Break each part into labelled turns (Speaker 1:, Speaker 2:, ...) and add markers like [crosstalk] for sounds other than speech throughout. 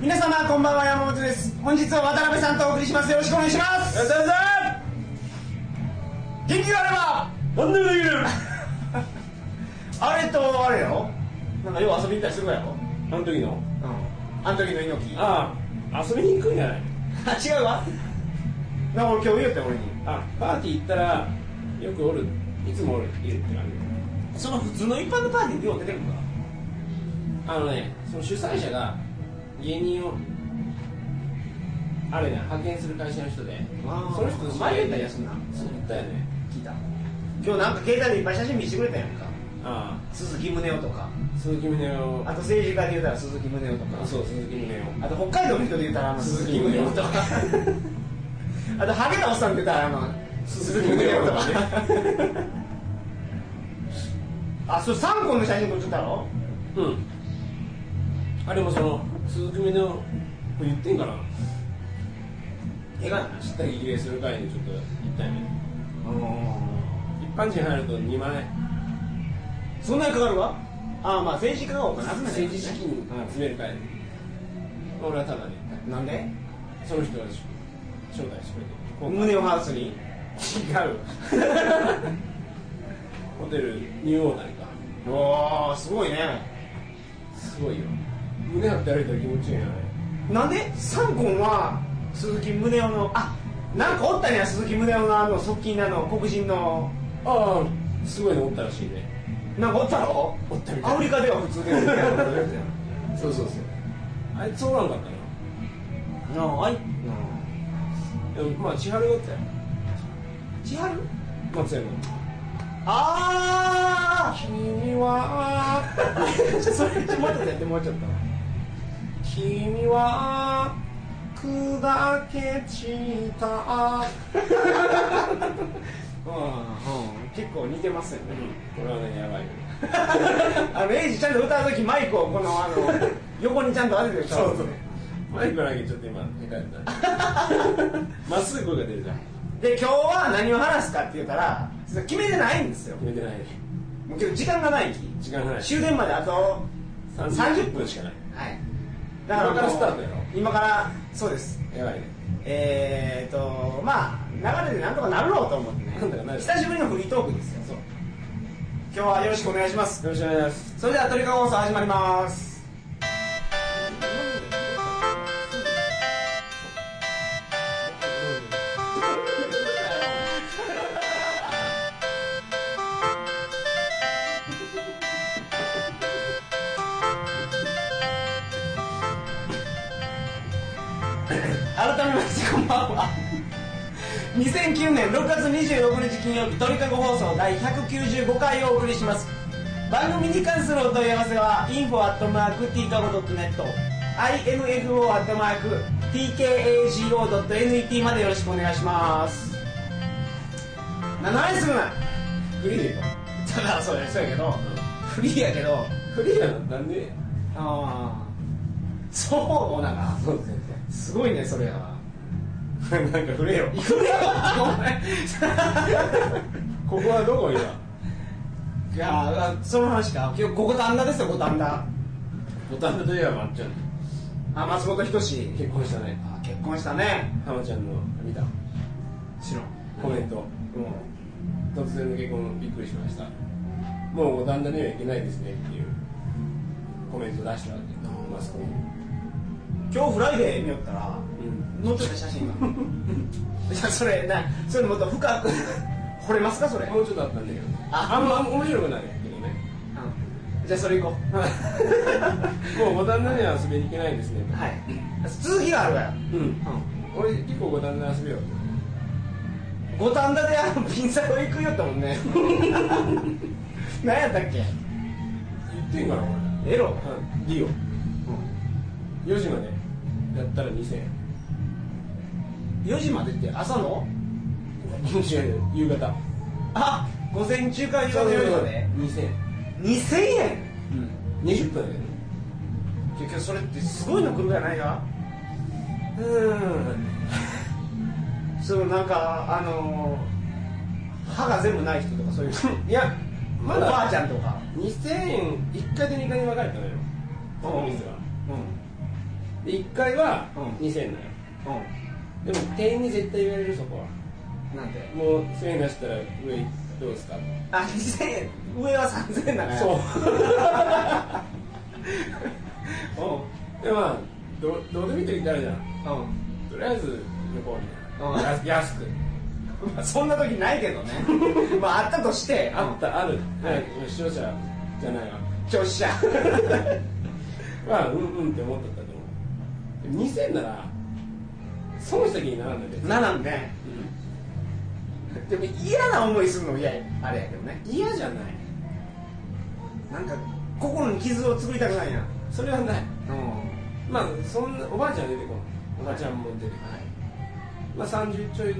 Speaker 1: 皆様こんばんは山本です本日は渡辺さんとお送りしますよろしくお願いします
Speaker 2: やったやった
Speaker 1: 元気があ
Speaker 2: 何でもできる
Speaker 1: ればあれとあれよなんかよう遊び行ったりするわよ
Speaker 2: あの時の
Speaker 1: うんあの時の猪木
Speaker 2: ああ遊びに行くんじゃない
Speaker 1: あ違うわなんか俺今日言うたよ俺に
Speaker 2: あパーティー行ったらよくおるいつもおるいるって感
Speaker 3: その普通の一般のパーティーでよう出てくるか
Speaker 2: じあのねその主催者が芸人をあれね派遣する会社の人で
Speaker 1: あー
Speaker 2: その人の前言ったやつなそう言ったよね
Speaker 1: 聞いた今日なんか携帯でいっぱい写真見せてくれたやんか
Speaker 2: あ
Speaker 1: 鈴木宗男とか
Speaker 2: あ鈴木宗男
Speaker 1: あと政治家で言うたら鈴木宗男とか
Speaker 2: あそう鈴木宗
Speaker 1: あと北海道の人で言うたらあの
Speaker 2: 鈴
Speaker 1: 鈴
Speaker 2: 木
Speaker 1: 木
Speaker 2: 宗
Speaker 1: 宗
Speaker 2: 男
Speaker 1: 男
Speaker 2: と
Speaker 1: と
Speaker 2: か
Speaker 1: かあとハゲたおっさんって言うたらあの鈴木宗男とかねあそれ3個の写真撮ってたろ
Speaker 2: 男うんあれもその鈴木宗男これ言ってんかな
Speaker 1: えが
Speaker 2: 知った激励する会にちょっと行ったよね一般人入ると2万円
Speaker 1: そんなにかかるわああまあ政治家がお金集めない
Speaker 2: 政治資金集める会俺はただで
Speaker 1: なんで
Speaker 2: その人が招待してくれて
Speaker 1: 胸をハウスに
Speaker 2: 違う [laughs] ホテルニューオータニか
Speaker 1: おおすごいね
Speaker 2: すごいよ胸張って歩いたら気持ちいいよね
Speaker 1: なんで三ンは鈴木宗男のあなんかおったんや鈴木宗男のあの側近なの黒人の
Speaker 2: ああすごいのおったらしいね
Speaker 1: なんかおったろ
Speaker 2: おったみたい
Speaker 1: アフリカでは普通で
Speaker 2: [laughs] そうそうそうあいつおらんかったな
Speaker 1: なああいな
Speaker 2: でもまあ千春がおったよ
Speaker 1: あ千春
Speaker 2: 松山
Speaker 1: あ
Speaker 2: 君は
Speaker 1: あ [laughs] それちょっと待ってやってもうちょっと
Speaker 2: 君は砕け散った
Speaker 1: うん、うん、結構似てますよね、
Speaker 2: これはねやばいよ
Speaker 1: あのエイジちゃんと歌う時マイクをこのあ
Speaker 2: [laughs]
Speaker 1: の横にちゃんと当てて歌うんですね
Speaker 2: マイク投げちょっと今下手やったまっすぐ声が出るじゃん
Speaker 1: で今日は何を話すかって言ったらそれ決めてないんですよもう
Speaker 2: 決めてない
Speaker 1: 今日時間がない
Speaker 2: 時間がない
Speaker 1: 終電まであと
Speaker 2: 30分しかない
Speaker 1: はい
Speaker 2: 今から
Speaker 1: もう
Speaker 2: スタートやろ
Speaker 1: 今からそうです
Speaker 2: やばいね
Speaker 1: えー、とまあ流れでなんとかなるろうと思ってね
Speaker 2: なんとかなる
Speaker 1: 久しぶりのフリートークですよ
Speaker 2: そう
Speaker 1: 今日はよろしくお願いします
Speaker 2: よろしくお願いします
Speaker 1: それではトリカゴ放送始まり
Speaker 2: [laughs]
Speaker 1: ます改めましてこんばんは2009年6月26日金曜日鳥かご放送第195回をお送りします番組に関するお問い合わせは info.tkago.net info.tkago.net までよろしくお願いします7年すぐない
Speaker 2: フリーでいいか
Speaker 1: だからそうやそうやけどフリーやけど
Speaker 2: フリーやななんで
Speaker 1: ああそうなんか
Speaker 2: そうそう
Speaker 1: すごいねそれ [laughs] は
Speaker 2: そう [laughs] なんか触れよ
Speaker 1: いくらよお前
Speaker 2: ここはどこ今
Speaker 1: いやあその話か今日五反田ですよ五反田
Speaker 2: ボタンだといえばまっちゃん
Speaker 1: あ松本人志
Speaker 2: 結婚したね
Speaker 1: あ結婚したね
Speaker 2: ハマちゃんの見た
Speaker 1: 知らん
Speaker 2: コメント
Speaker 1: うん
Speaker 2: 突然の結婚びっくりしましたもう五反田にはいけないですねっていうコメント出したわけマスコミに
Speaker 1: 今日フライデー見よったら載ってた写
Speaker 2: [laughs]
Speaker 1: 真がいやそれなそれもっと深く惚れますかそれ
Speaker 2: もうちょっとあったんだけど
Speaker 1: あ
Speaker 2: あんま面白くないけど
Speaker 1: [laughs]
Speaker 2: ね
Speaker 1: じゃあそれ行こう
Speaker 2: もう五反田には遊びに行けないですね
Speaker 1: はい続きがあるわよ
Speaker 2: うん俺結構五反田で遊びよう
Speaker 1: 五反田であのピンサロ行くよったもん
Speaker 2: [laughs]
Speaker 1: ね何やったっけ
Speaker 2: 言ってんから俺
Speaker 1: エロ
Speaker 2: うんリオ4時までやったら2000円
Speaker 1: 4時までって朝の
Speaker 2: 違う夕方
Speaker 1: あ午前中から夕方4時まで
Speaker 2: 2000円
Speaker 1: 2000円
Speaker 2: うん20分だけど
Speaker 1: 結局それってすごいの来るじゃないか
Speaker 2: うん
Speaker 1: そのなんかあのー歯が全部ない人とかそういう
Speaker 2: いやま
Speaker 1: [laughs]
Speaker 2: だ
Speaker 1: おばあちゃんとか
Speaker 2: 2000円1回と2回に分かれたのよその店は
Speaker 1: う
Speaker 2: で1階は
Speaker 1: うん
Speaker 2: 2000円なのよ
Speaker 1: う
Speaker 2: でも店員に絶対言われるそこは
Speaker 1: んなんで
Speaker 2: もう1000円出したら上どうですか
Speaker 1: あ2000円上は3000円だから
Speaker 2: そう
Speaker 1: うん
Speaker 2: でまあどうどうでもいい時ってあるじゃん
Speaker 1: う
Speaker 2: とりあえず向こう
Speaker 1: うん
Speaker 2: に安安く
Speaker 1: んまあそんな時ないけ
Speaker 2: [laughs]
Speaker 1: どねまああったとして
Speaker 2: あったある、
Speaker 1: はい
Speaker 2: うん視聴者じゃないわ [laughs]
Speaker 1: 拒否者
Speaker 2: まあうんうんって思っとったと思うでも2000なら損した気にならんだけ
Speaker 1: [laughs]
Speaker 2: ど、
Speaker 1: ななんででも嫌な思いするの嫌やあれやけどね
Speaker 2: うん嫌じゃない
Speaker 1: なんか心に傷を作りたくないな
Speaker 2: それはない
Speaker 1: うん
Speaker 2: まあそんなおばあちゃん出てこないおばあちゃんも出てこない、まあ30ちょい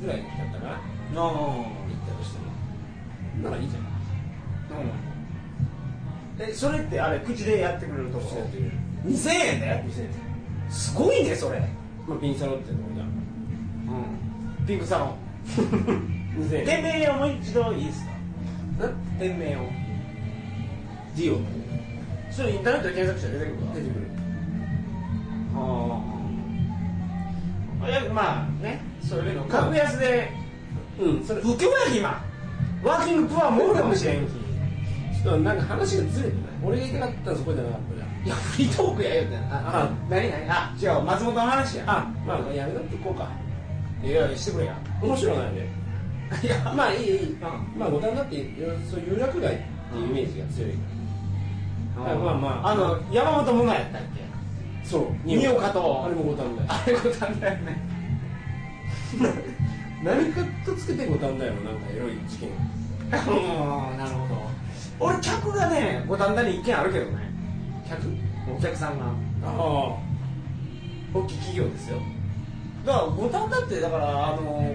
Speaker 2: ぐらいだったかな
Speaker 1: の
Speaker 2: 行ったとしてもならいいじゃん
Speaker 1: うんえそれってあれ口でやってくれるとこ
Speaker 2: そうやってくれる
Speaker 1: 2000円で
Speaker 2: 2000
Speaker 1: すごいねそれ
Speaker 2: まあピンサロってとこじゃん
Speaker 1: うんピンクサロン
Speaker 2: 2000円
Speaker 1: 店名をもう一度いいですか店名を
Speaker 2: ディオ
Speaker 1: それインターネットで検索したら出てくるわ
Speaker 2: 出てくる
Speaker 1: ああいやまあねそれでも格安で
Speaker 2: うんそれちょ
Speaker 1: 不況やき今ワーキングプアもおるかもしれんき
Speaker 2: っとなんか話がずれてない俺が行きたかったのそこじゃなかったじゃん
Speaker 1: いやフリートークやよってな
Speaker 2: あ
Speaker 1: 何何あ違う松本の話や
Speaker 2: あまあやめなっていこうか
Speaker 1: いやいやしてくれや
Speaker 2: 面白ないね
Speaker 1: いや
Speaker 2: まあいいいい、
Speaker 1: う
Speaker 2: まあ五反田っていうそういう有楽街っていうイメージが強いから、まあまあ
Speaker 1: あの山本もなやったっけ
Speaker 2: そう
Speaker 1: 二岡と
Speaker 2: あれも五反田
Speaker 1: あれことなんだよね [laughs]
Speaker 2: 何かとつけて五反田やろなんかエロい事件
Speaker 1: うんなるほど俺客がね五反田に一軒あるけどね
Speaker 2: 客
Speaker 1: お客さんが
Speaker 2: あ
Speaker 1: 大きい企業ですよだから五反田ってだからあの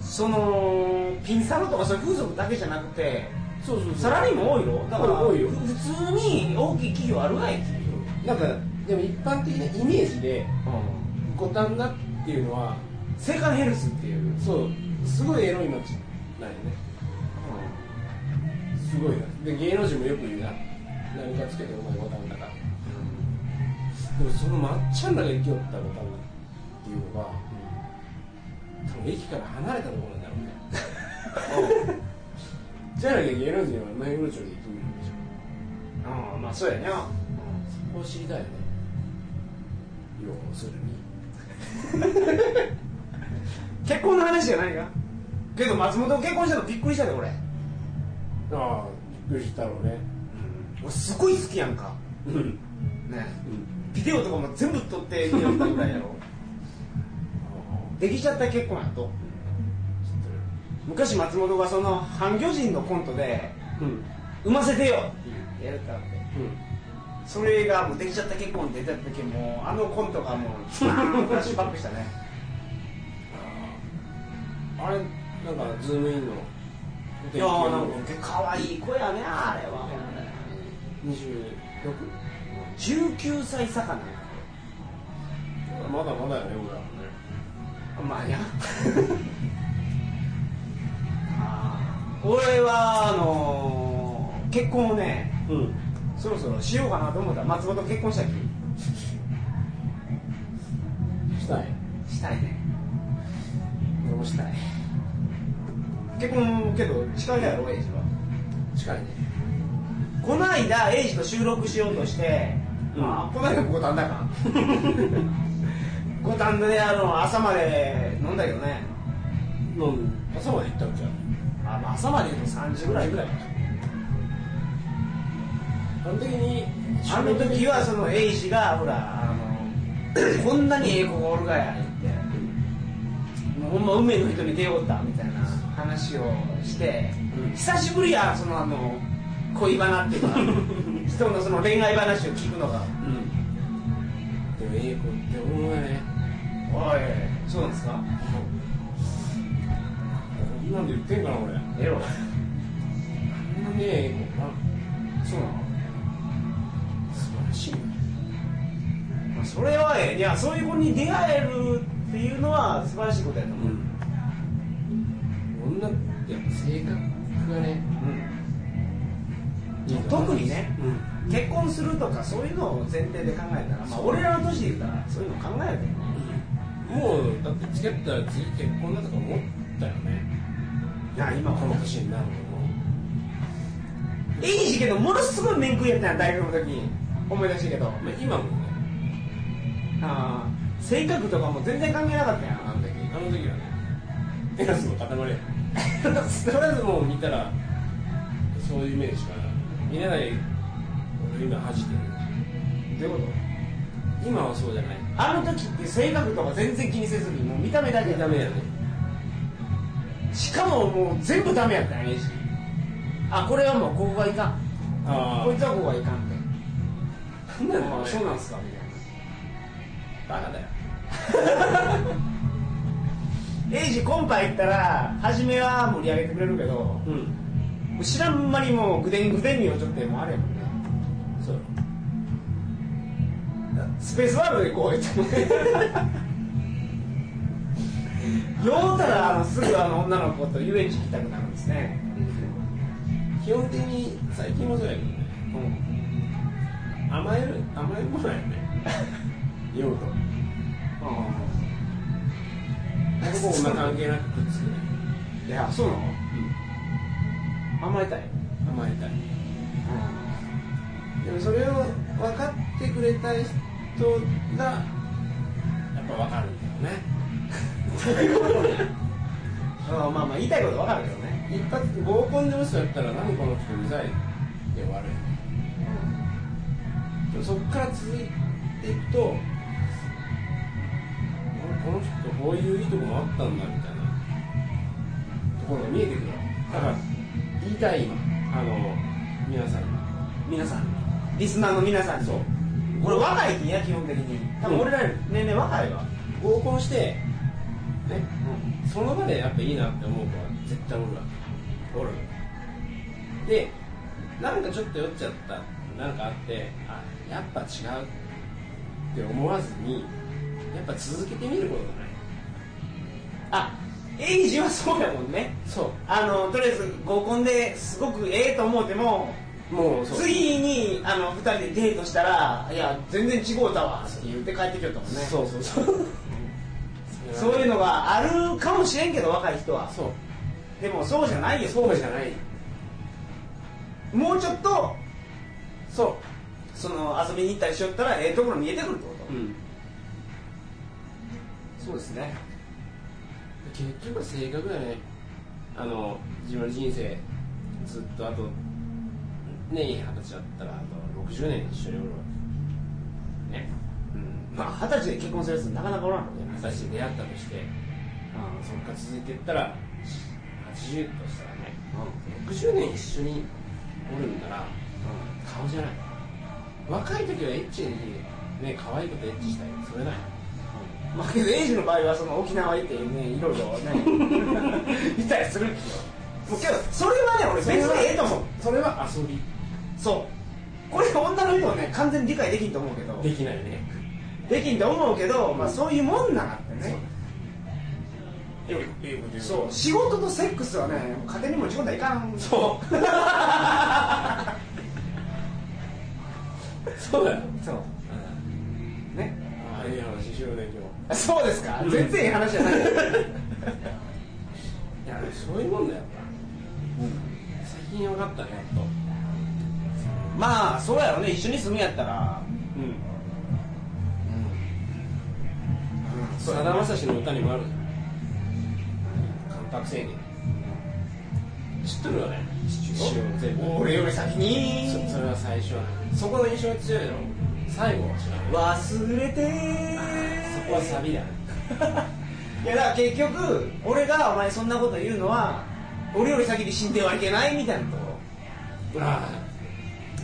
Speaker 1: そのピンサロとかそういう風俗だけじゃなくて
Speaker 2: あそうそうそう
Speaker 1: サラリーマン多いよだから
Speaker 2: 多いよ
Speaker 1: ふ普通に大きい企業あるがいき
Speaker 2: なんかでも一般的なイメージで五反田っていうのは
Speaker 1: 青函ヘルスっていう、
Speaker 2: そうすごいエロい街なんよねすごいなで芸能人もよく言うな何かつけてお前五反田かでもそのまっちゃんらが生きよった五反田っていうのが、多分駅から離れたところなんだろうね [laughs] じゃなきゃ芸能人は前の町で生きるんでしょ
Speaker 1: うんまあそうやね
Speaker 2: そこを知りたいよね要するに
Speaker 1: 結婚の話じゃないかけど松本が結婚したのびっくりしたで俺、
Speaker 2: ああびっくりしたろうね
Speaker 1: 俺すごい好きやんか
Speaker 2: うんうん
Speaker 1: ねビデオとかも全部撮ってみよったぐらいやろ [laughs] できちゃった結婚やと昔松本がその半魚人のコントで
Speaker 2: う
Speaker 1: 「
Speaker 2: ん
Speaker 1: 産ませてよ!」ってやるからってそれがもうできちゃった結婚って出た時もうあのコントがもうフラッシュバックしたね
Speaker 2: あああれなんかズームインの
Speaker 1: いやーなんか可愛い子やねあれは
Speaker 2: 26?
Speaker 1: 19歳魚や
Speaker 2: まだまだやね俺らはね
Speaker 1: まあや [laughs] 俺はあのー結婚をね
Speaker 2: うん
Speaker 1: そろそろしようかなと思った松本結婚したき
Speaker 2: したい
Speaker 1: したいね
Speaker 2: 俺もしたい
Speaker 1: 結婚けど近いやろエイジは
Speaker 2: 近いね
Speaker 1: この間エイジと収録しようとして、
Speaker 2: うん
Speaker 1: まあこの間五反田 [laughs] か五反田であの朝まで飲んだけどね
Speaker 2: うん朝まで行ったんじゃん
Speaker 1: あまあ朝まででも3時ぐらいぐらい
Speaker 2: あの時に
Speaker 1: あの時はそのエイジがほらあのこんなにええ子がおるがや言ってもうほんま運命の人に出会おったみたいな話をして、
Speaker 2: うん
Speaker 1: 久しぶりやそのあの恋バナっていうか人のその恋愛話を聞くのが
Speaker 2: うんでもええ子って思うよね
Speaker 1: おいそうなんですか
Speaker 2: こんなんで言ってんかな俺
Speaker 1: エロ
Speaker 2: こんなねええ子な
Speaker 1: そうなの
Speaker 2: 素晴らしいよ
Speaker 1: まあそれはええいやそういう子に出会えるっていうのは素晴らしいことやと
Speaker 2: う
Speaker 1: 思う、
Speaker 2: 女ってやっぱ性格がね
Speaker 1: うん特にね
Speaker 2: うん
Speaker 1: 結婚するとかそういうのを前提で考えたら、まあ、俺らの年で言ったらそういうの考えるけどね
Speaker 2: もうだってチケットは次結婚だとか思ったよね
Speaker 1: なあ今
Speaker 2: こ
Speaker 1: こ
Speaker 2: の
Speaker 1: の
Speaker 2: 年になるのも
Speaker 1: いいしけどものすごい面食いやったんや大学の時に思い出したけど
Speaker 2: まあ今もね
Speaker 1: あー性格とかも全然関係なかったやん
Speaker 2: あの時あの時はねテラスの [laughs] 塊やとりあえずもう見たらそういうイメージしかない見れない俺今恥じてる
Speaker 1: どういうこと
Speaker 2: 今はそうじゃない
Speaker 1: あの時って性格とか全然気にせずにもう見た目だけ
Speaker 2: ダメやね
Speaker 1: しかももう全部ダメやったんやねあこれはもうここがいかん
Speaker 2: あ
Speaker 1: こいつはここがいかんって
Speaker 2: なんだろうね
Speaker 1: そうなんすかみた
Speaker 2: バカだよ
Speaker 1: いなエイジコンパ行ったら初めは盛り上げてくれるけども
Speaker 2: うん
Speaker 1: う知らん間にもうぐでんぐでんに落ちょってもうあれやもんね
Speaker 2: そう
Speaker 1: スペースワールドでこうやって酔うたらあのすぐあの女の子と遊園地行きたくなるんですね
Speaker 2: 基本的に最近もそうやけどね
Speaker 1: うん
Speaker 2: 甘える甘えるものやね酔うと男女関係なくくっつくね
Speaker 1: いやそうなの甘えたい
Speaker 2: 甘えたいでもそれを分かってくれた人がやっぱ分かるんだよね
Speaker 1: うんまあまあ言いたいことわかるけどね
Speaker 2: 一発合コンでもしだったら何この人うざいって悪いでもそっから続いていくとあこの人こういういいとこもあったんだみたいなところが見えてくるだから言いたい今あの皆さんに
Speaker 1: 皆さんリスナーの皆さんに
Speaker 2: そう
Speaker 1: これ若いきや基本的に多分俺らより年齢若いわ
Speaker 2: 合コンしてねその場でやっぱいいなって思う子は絶対おるわけおるでなんかちょっと酔っちゃったなんかあってあやっぱ違うって思わずにやっぱ続けてみることがない
Speaker 1: あエイジはそうやもんね
Speaker 2: そ
Speaker 1: あのとりあえず合コンですごくええと思うても
Speaker 2: うもうそう
Speaker 1: 次にあの2人でデートしたら「いや全然違うたわ」って言って帰ってきよったもんね
Speaker 2: そうそうそう
Speaker 1: [laughs] そういうのがあるかもしれんけど若い人は
Speaker 2: そう
Speaker 1: でもそうじゃないよ
Speaker 2: そうじゃない
Speaker 1: もうちょっと
Speaker 2: そ
Speaker 1: その遊びに行ったりしよったらええところ見えてくるってこ
Speaker 2: ううん
Speaker 1: とそうですね
Speaker 2: 結局は性格だねあの自分の人生ずっとあとね二十歳だったらあと60年一緒におるわけねうん
Speaker 1: まあ
Speaker 2: ま
Speaker 1: 二十歳で結婚するやつなかなかおらんの
Speaker 2: あ
Speaker 1: ね
Speaker 2: 二十歳で出会ったとしてそっから続いていったら80としたらね60年一緒におるんなら顔じゃない若い時はエッチにね可愛いことエッチしたいそれない
Speaker 1: まあけどエイジの場合はその沖縄行ってねいろいろ [laughs] ね行ったりするけどもうけどそれはね俺別にええと思う
Speaker 2: それは遊び
Speaker 1: そうこれ女の人はね完全に理解できんと思うけど
Speaker 2: できないね
Speaker 1: できんと思うけど、まあ、そういうもんなんだってね
Speaker 2: よくよく言う
Speaker 1: そう仕事とセックスはねもう家庭に持ち込んだらいかん
Speaker 2: そうそうだよ
Speaker 1: [laughs] そうね
Speaker 2: ああいい話しようね今
Speaker 1: あそうですか全然いい話じゃない
Speaker 2: 日いやそういうもんだよ、最近分かったねやっと
Speaker 1: [laughs] まあそうやろね一緒に住むんやったら
Speaker 2: うん
Speaker 1: そう
Speaker 2: さだまさしの歌にもあるじゃん関白制限知っとるよね一応全部
Speaker 1: 俺より先に
Speaker 2: そそれは最初はそこの印象が強いだろ最後は知らない
Speaker 1: 忘れて
Speaker 2: そこはサビだね
Speaker 1: いやだから結局俺がお前そんなこと言うのは俺より先に死んではいけないみたいなとこ
Speaker 2: ああ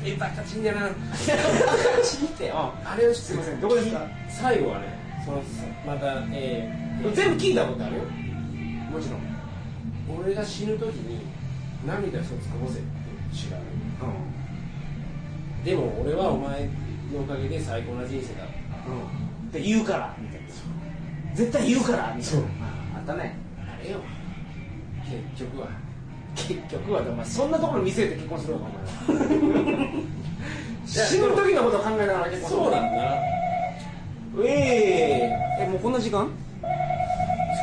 Speaker 2: えバカチンだな
Speaker 1: 死ってよ
Speaker 2: あれをす
Speaker 1: いませんどこですか
Speaker 2: 最後はねそのまたえー
Speaker 1: 全部聞いたことあるよもちろん、う
Speaker 2: 俺が死ぬ時に涙一つこぼせって違うんでも俺はお前のおかげで最高な人生だ
Speaker 1: うん、って言うからみたいな絶対言うからみたいな
Speaker 2: そう
Speaker 1: ああったね
Speaker 2: あれよ結局は
Speaker 1: 結局はお前そんなところの店で結婚するのかお前は死ぬ時のことを考えながら結婚する
Speaker 2: そうなんだ
Speaker 1: うえー、えもうこんな時間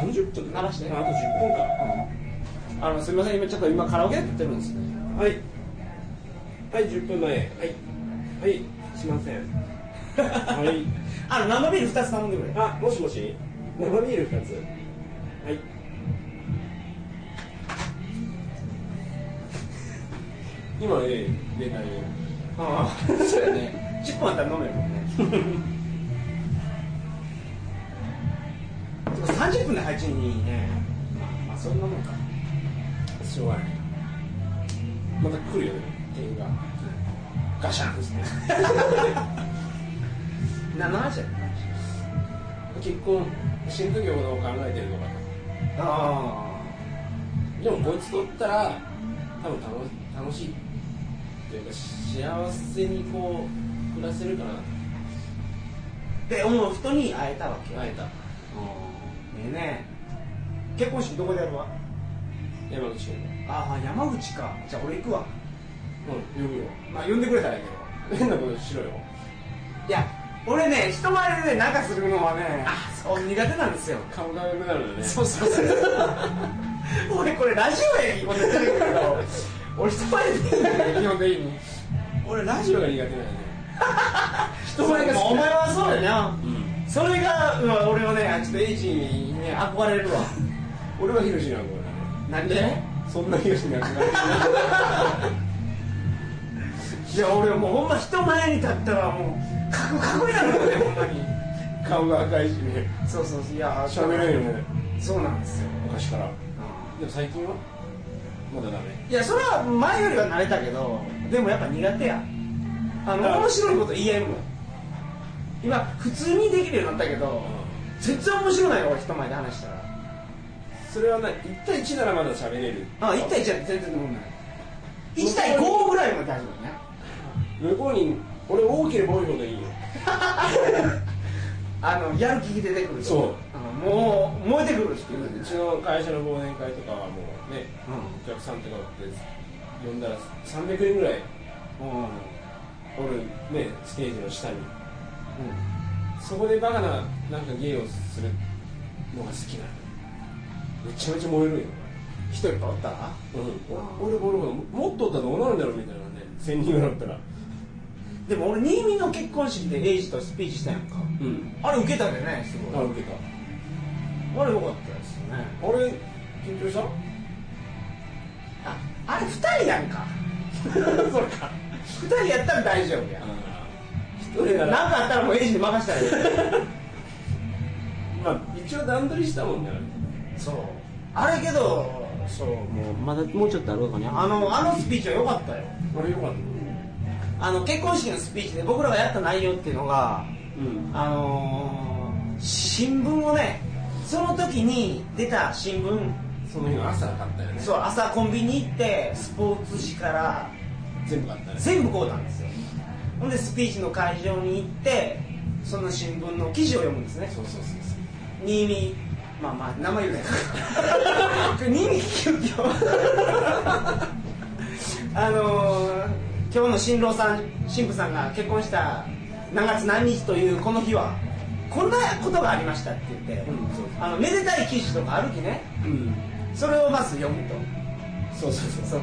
Speaker 2: 30分
Speaker 1: 鳴らして
Speaker 2: あと10分か
Speaker 1: あのすみません今ちょっと今カラオケやってるんですね
Speaker 2: はいはい10分前はいはいすいませんはい
Speaker 1: あの生ビール2つ頼んでくれ
Speaker 2: あもしもし生ビール2つはい今ええ出たよ
Speaker 1: ああそうやね10本あったら飲めるも [laughs] んねてか30分で8にねまあまあそんなもんか
Speaker 2: しょうがないまた来るよね店員がガシャンっつって
Speaker 1: な何話やった
Speaker 2: 結婚死ぬ時のことを考えてるのかな
Speaker 1: あ
Speaker 2: でもこいつとったら多分楽楽しいっていうか幸せにこう暮らせるかな
Speaker 1: あで思う人に会えたわけ
Speaker 2: 会えた
Speaker 1: ねえねえ結婚式どこでやるわ
Speaker 2: 山口県
Speaker 1: ああ山口かじゃあ俺行くわ
Speaker 2: でうん呼ぶよ
Speaker 1: まあ呼んでくれたらいいけど
Speaker 2: 変なことしろよ
Speaker 1: いや俺ね人前でねなんかするのはねお苦手なんですよ
Speaker 2: 顔が悪くなるよね
Speaker 1: そうそうそう [laughs] 俺これラジオやんこんなやってるけど俺人前で
Speaker 2: 基本的に
Speaker 1: 俺
Speaker 2: ラ
Speaker 1: ラ
Speaker 2: ジ
Speaker 1: ジ
Speaker 2: オ
Speaker 1: オ
Speaker 2: が
Speaker 1: が
Speaker 2: 苦手なんよね
Speaker 1: 人前が好きお前はそうだな
Speaker 2: うん
Speaker 1: それが、うん俺はねちょっとエイジにね憧れるわ
Speaker 2: 俺はヒロシなんだね
Speaker 1: なんで
Speaker 2: そんなヒロシに憧れてない
Speaker 1: いや俺もうほんま人前に立ったらもうかっこかっこいいなるよねほんまに
Speaker 2: 顔が赤いしね
Speaker 1: そうそうそういや
Speaker 2: 喋れないよね
Speaker 1: そうなんですよ
Speaker 2: 昔からでも最近はまだダメ
Speaker 1: いやそれは前よりは慣れたけどでもやっぱ苦手やあの面白いこと言えんもん今普通にできるようになったけど全然面白ないよ俺人前で話したら
Speaker 2: それはな1対1ならまだ喋れる
Speaker 1: あ1対1は全然問題ない1対5ぐらいまで大丈夫だね
Speaker 2: 向こうに俺大きいボーイほどいいよ
Speaker 1: あのやる気出てくる
Speaker 2: そう
Speaker 1: あのもう燃えてくるっていうう
Speaker 2: ちの会社の忘年会とかはもうね
Speaker 1: う
Speaker 2: お客さんとかって呼んだら300人ぐらい
Speaker 1: んうんうん
Speaker 2: おるねステージの下にそこでバカななんか芸をするのが好きなのめちゃめちゃ燃えるんよ
Speaker 1: 一人とおったら
Speaker 2: うん、俺俺俺もっとおったらどうなるんだろうみたいなね1000人ぐらいだったら
Speaker 1: でも俺新見の結婚式でエイジとスピーチしたやんか
Speaker 2: うん
Speaker 1: あれ受けたんだよねすごい
Speaker 2: あ受けた
Speaker 1: あれ良かったですね
Speaker 2: あれ緊張した
Speaker 1: ああれ2人やん [laughs] か
Speaker 2: そうか
Speaker 1: 2人やったら大丈夫や
Speaker 2: 一
Speaker 1: 何
Speaker 2: 人なら
Speaker 1: かあったらもうエイジに任せたらい
Speaker 2: まあ一応段取りしたもんね
Speaker 1: い [laughs] そうあれけどそうもうまだもうちょっとあるかねあのあのスピーチは良かったよ
Speaker 2: あれよかった
Speaker 1: あの結婚式のスピーチで僕らがやった内容っていうのが
Speaker 2: うん
Speaker 1: あのー、新聞をねその時に出た新聞
Speaker 2: その日の朝買ったよね
Speaker 1: そう朝コンビニ行ってスポーツ紙から
Speaker 2: 全部買ったね
Speaker 1: 全部こうなんですよほんでスピーチの会場に行ってその新聞の記事を読むんですね
Speaker 2: そうそうそうそ
Speaker 1: 新見まあまあ名前言うねこれ [laughs] 新見急遽 [laughs] あのー、今日の新郎さん新婦さんが結婚した何月何日というこの日はこんなことがありましたって言って、
Speaker 2: うんそう
Speaker 1: あのめでたい記事とかあるきね
Speaker 2: ううん
Speaker 1: それをまず読むと
Speaker 2: そうそうそう
Speaker 1: そうそうそう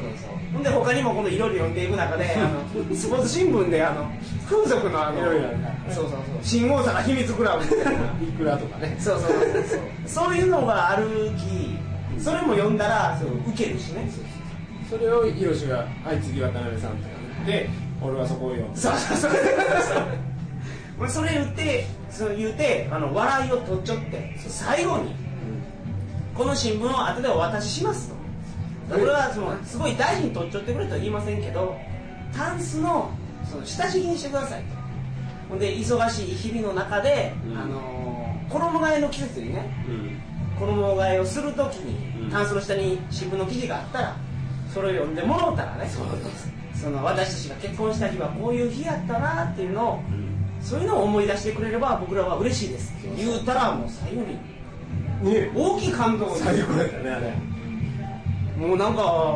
Speaker 1: ほんで他にもこのいろいろ読んでいく中で
Speaker 2: [laughs]
Speaker 1: あのスポーツ新聞であの風俗のあの
Speaker 2: いろいろあるね
Speaker 1: そうそうそう新大阪秘密クラブみたいな
Speaker 2: [laughs] いくらとかね
Speaker 1: そうそうそうそうそういうのがあるきそれも読んだらそう受けるしね
Speaker 2: それをヒロシが「はい次渡辺さん」とかねで俺はそこを読んで
Speaker 1: そうそうそう俺それ言ってそう言うてあの笑いを取っちゃって最後にこの新聞を後でお渡ししますと
Speaker 2: え
Speaker 1: 俺はそのすごい大事に取っちゃってくれとは言いませんけどタンスのその下敷きにしてくださいとほんで忙しい日々の中で、
Speaker 2: うん
Speaker 1: あのー衣替えの季節にね
Speaker 2: うん
Speaker 1: 衣替えをするとき
Speaker 2: うん
Speaker 1: にタンスの下に新聞の記事があったらそれを読んでもろうたらね
Speaker 2: そうです
Speaker 1: その私たちが結婚した日はこういう日やったなっていうのを
Speaker 2: うん
Speaker 1: そういうのを思い出してくれれば僕らは嬉しいですって言うたらもう最後に
Speaker 2: ね
Speaker 1: 大きい感動を
Speaker 2: 最後だったねあれ
Speaker 1: もうなんか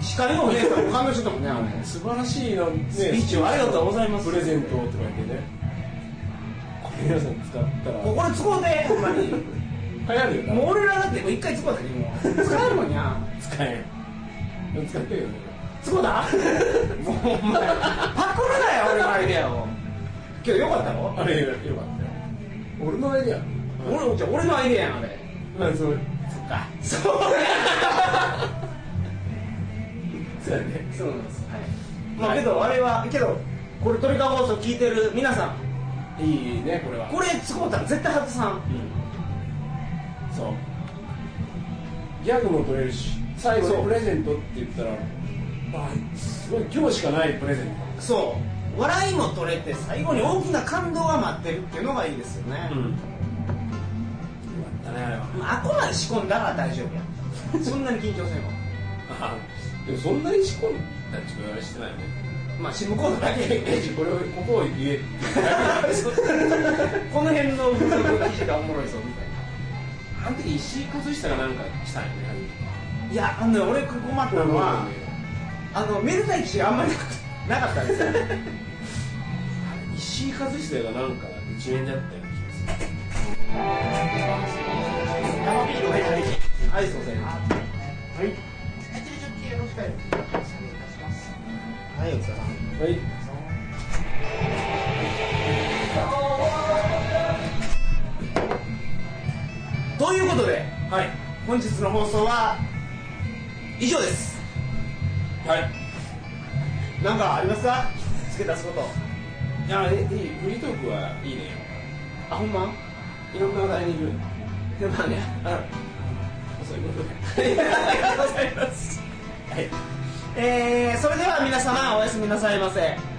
Speaker 1: 光のお姉さんも感動してたもんねあれ
Speaker 2: 素晴らしいな、ね、
Speaker 1: スピーチをありがとうございます
Speaker 2: プレゼントって書いてねこれ皆さん使ったら
Speaker 1: ここで使うてほんまに
Speaker 2: 流行るよな
Speaker 1: もう俺らだってもう一回使うたけどもう使えるもんや
Speaker 2: 使えんでも使ってるよね
Speaker 1: 使うだもうお前パクるなよ俺のアイデアをけどよかったろ
Speaker 2: あれよかったよ俺のアイデア
Speaker 1: 俺じゃあ俺のアイデアやんあれ
Speaker 2: まあそれ
Speaker 1: そう
Speaker 2: そうやね
Speaker 1: そうなんですはいまあけどあれはけどこれ鳥かご放送聞いてる皆さん
Speaker 2: いいねこれは
Speaker 1: これ使うたら絶対外さん
Speaker 2: そうギャグも取れるし最後
Speaker 1: そう
Speaker 2: にプレゼントって言ったらまあすごい今日しかないプレゼン
Speaker 1: そう笑いも取れて最後に大きな感動が待ってるっていうのがいいですよね
Speaker 2: ト、んよかったねあれは
Speaker 1: まああこまで仕込んだら大丈夫やそんなに緊張せんわ
Speaker 2: あ [laughs] でもそんなに仕込んだ自分はしてないね
Speaker 1: まあシムコードだけで
Speaker 2: えこれをここを言え
Speaker 1: この辺の風俗記事がおもろいぞみたい
Speaker 2: あの時石井和久がなんかしたんよね
Speaker 1: ないやあのね俺困ったのは、あのめでたい記事があんまりなくなかったんですよ
Speaker 2: 石井和久がなんか一面だったような気がする
Speaker 1: アイスをせんはいはいお疲れ様
Speaker 2: はい
Speaker 1: ということで、はい、本日の放送は以上です
Speaker 2: はい
Speaker 1: なんかありますか付け足すこと
Speaker 2: いやえいいフリートークはいいね
Speaker 1: あほんま
Speaker 2: いろんな話題にいる
Speaker 1: でまあねあ
Speaker 2: そういうことで
Speaker 1: ありがとうございます、はいえー、それでは皆様おやすみなさいませ